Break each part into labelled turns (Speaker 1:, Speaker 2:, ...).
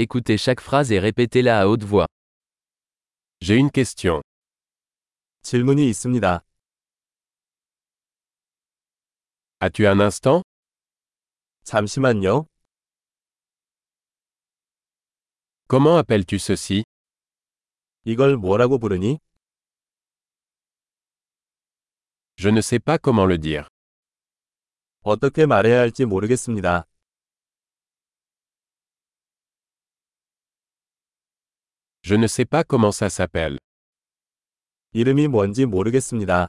Speaker 1: Écoutez chaque phrase et répétez-la à haute voix.
Speaker 2: J'ai une question.
Speaker 3: 질문이 있습니다.
Speaker 2: As-tu un instant
Speaker 3: 잠시만요.
Speaker 2: Comment appelles-tu ceci
Speaker 3: 이걸 뭐라고 부르니?
Speaker 2: Je ne sais pas comment le dire.
Speaker 3: 어떻게 말해야 할지 모르겠습니다.
Speaker 2: Je ne sais pas comment ça s'appelle.
Speaker 3: 이름이 뭔지 모르겠습니다.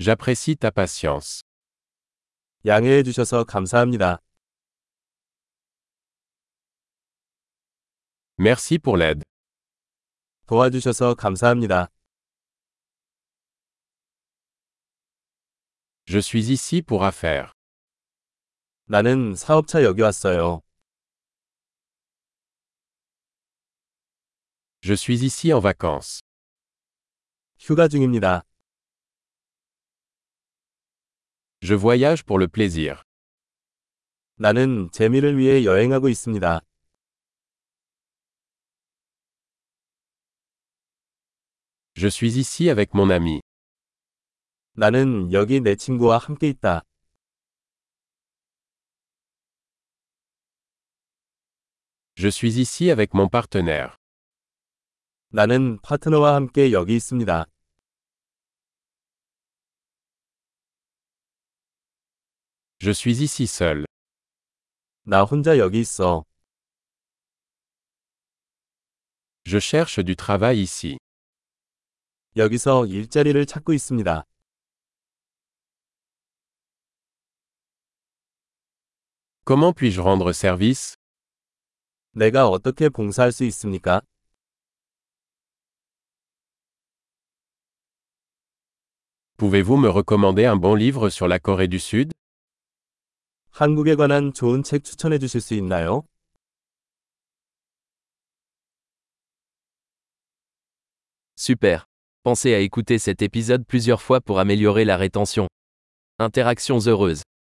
Speaker 2: J'apprécie ta patience.
Speaker 3: 양해해 주셔서 감사합니다.
Speaker 2: Merci pour l'aide.
Speaker 3: 도와주셔서 감사합니다.
Speaker 2: Je suis ici pour affaires.
Speaker 3: 나는 사업차 여기 왔어요.
Speaker 2: Je suis ici en vacances.
Speaker 3: 휴가 중입니다.
Speaker 2: Je voyage pour le plaisir.
Speaker 3: 나는 재미를 위해 여행하고 있습니다.
Speaker 2: Je suis ici avec mon ami.
Speaker 3: 나는 여기 내 친구와 함께 있다.
Speaker 2: Je suis ici avec mon partenaire.
Speaker 3: 나는 파트너와 함께 여기 있습니다.
Speaker 2: Je suis ici seul.
Speaker 3: 나 혼자 여기 있어.
Speaker 2: Je cherche du travail ici.
Speaker 3: 여기서 일자리를 찾고 있습니다.
Speaker 2: Comment puis-je rendre service
Speaker 3: 내가 어떻게 봉사할 수 있습니까?
Speaker 2: Pouvez-vous me recommander un bon livre sur la Corée du Sud
Speaker 3: 한국에 관한 좋은 책 추천해 주실 수 있나요?
Speaker 1: Super. Pensez à écouter cet épisode plusieurs fois pour améliorer la rétention. Interactions heureuses.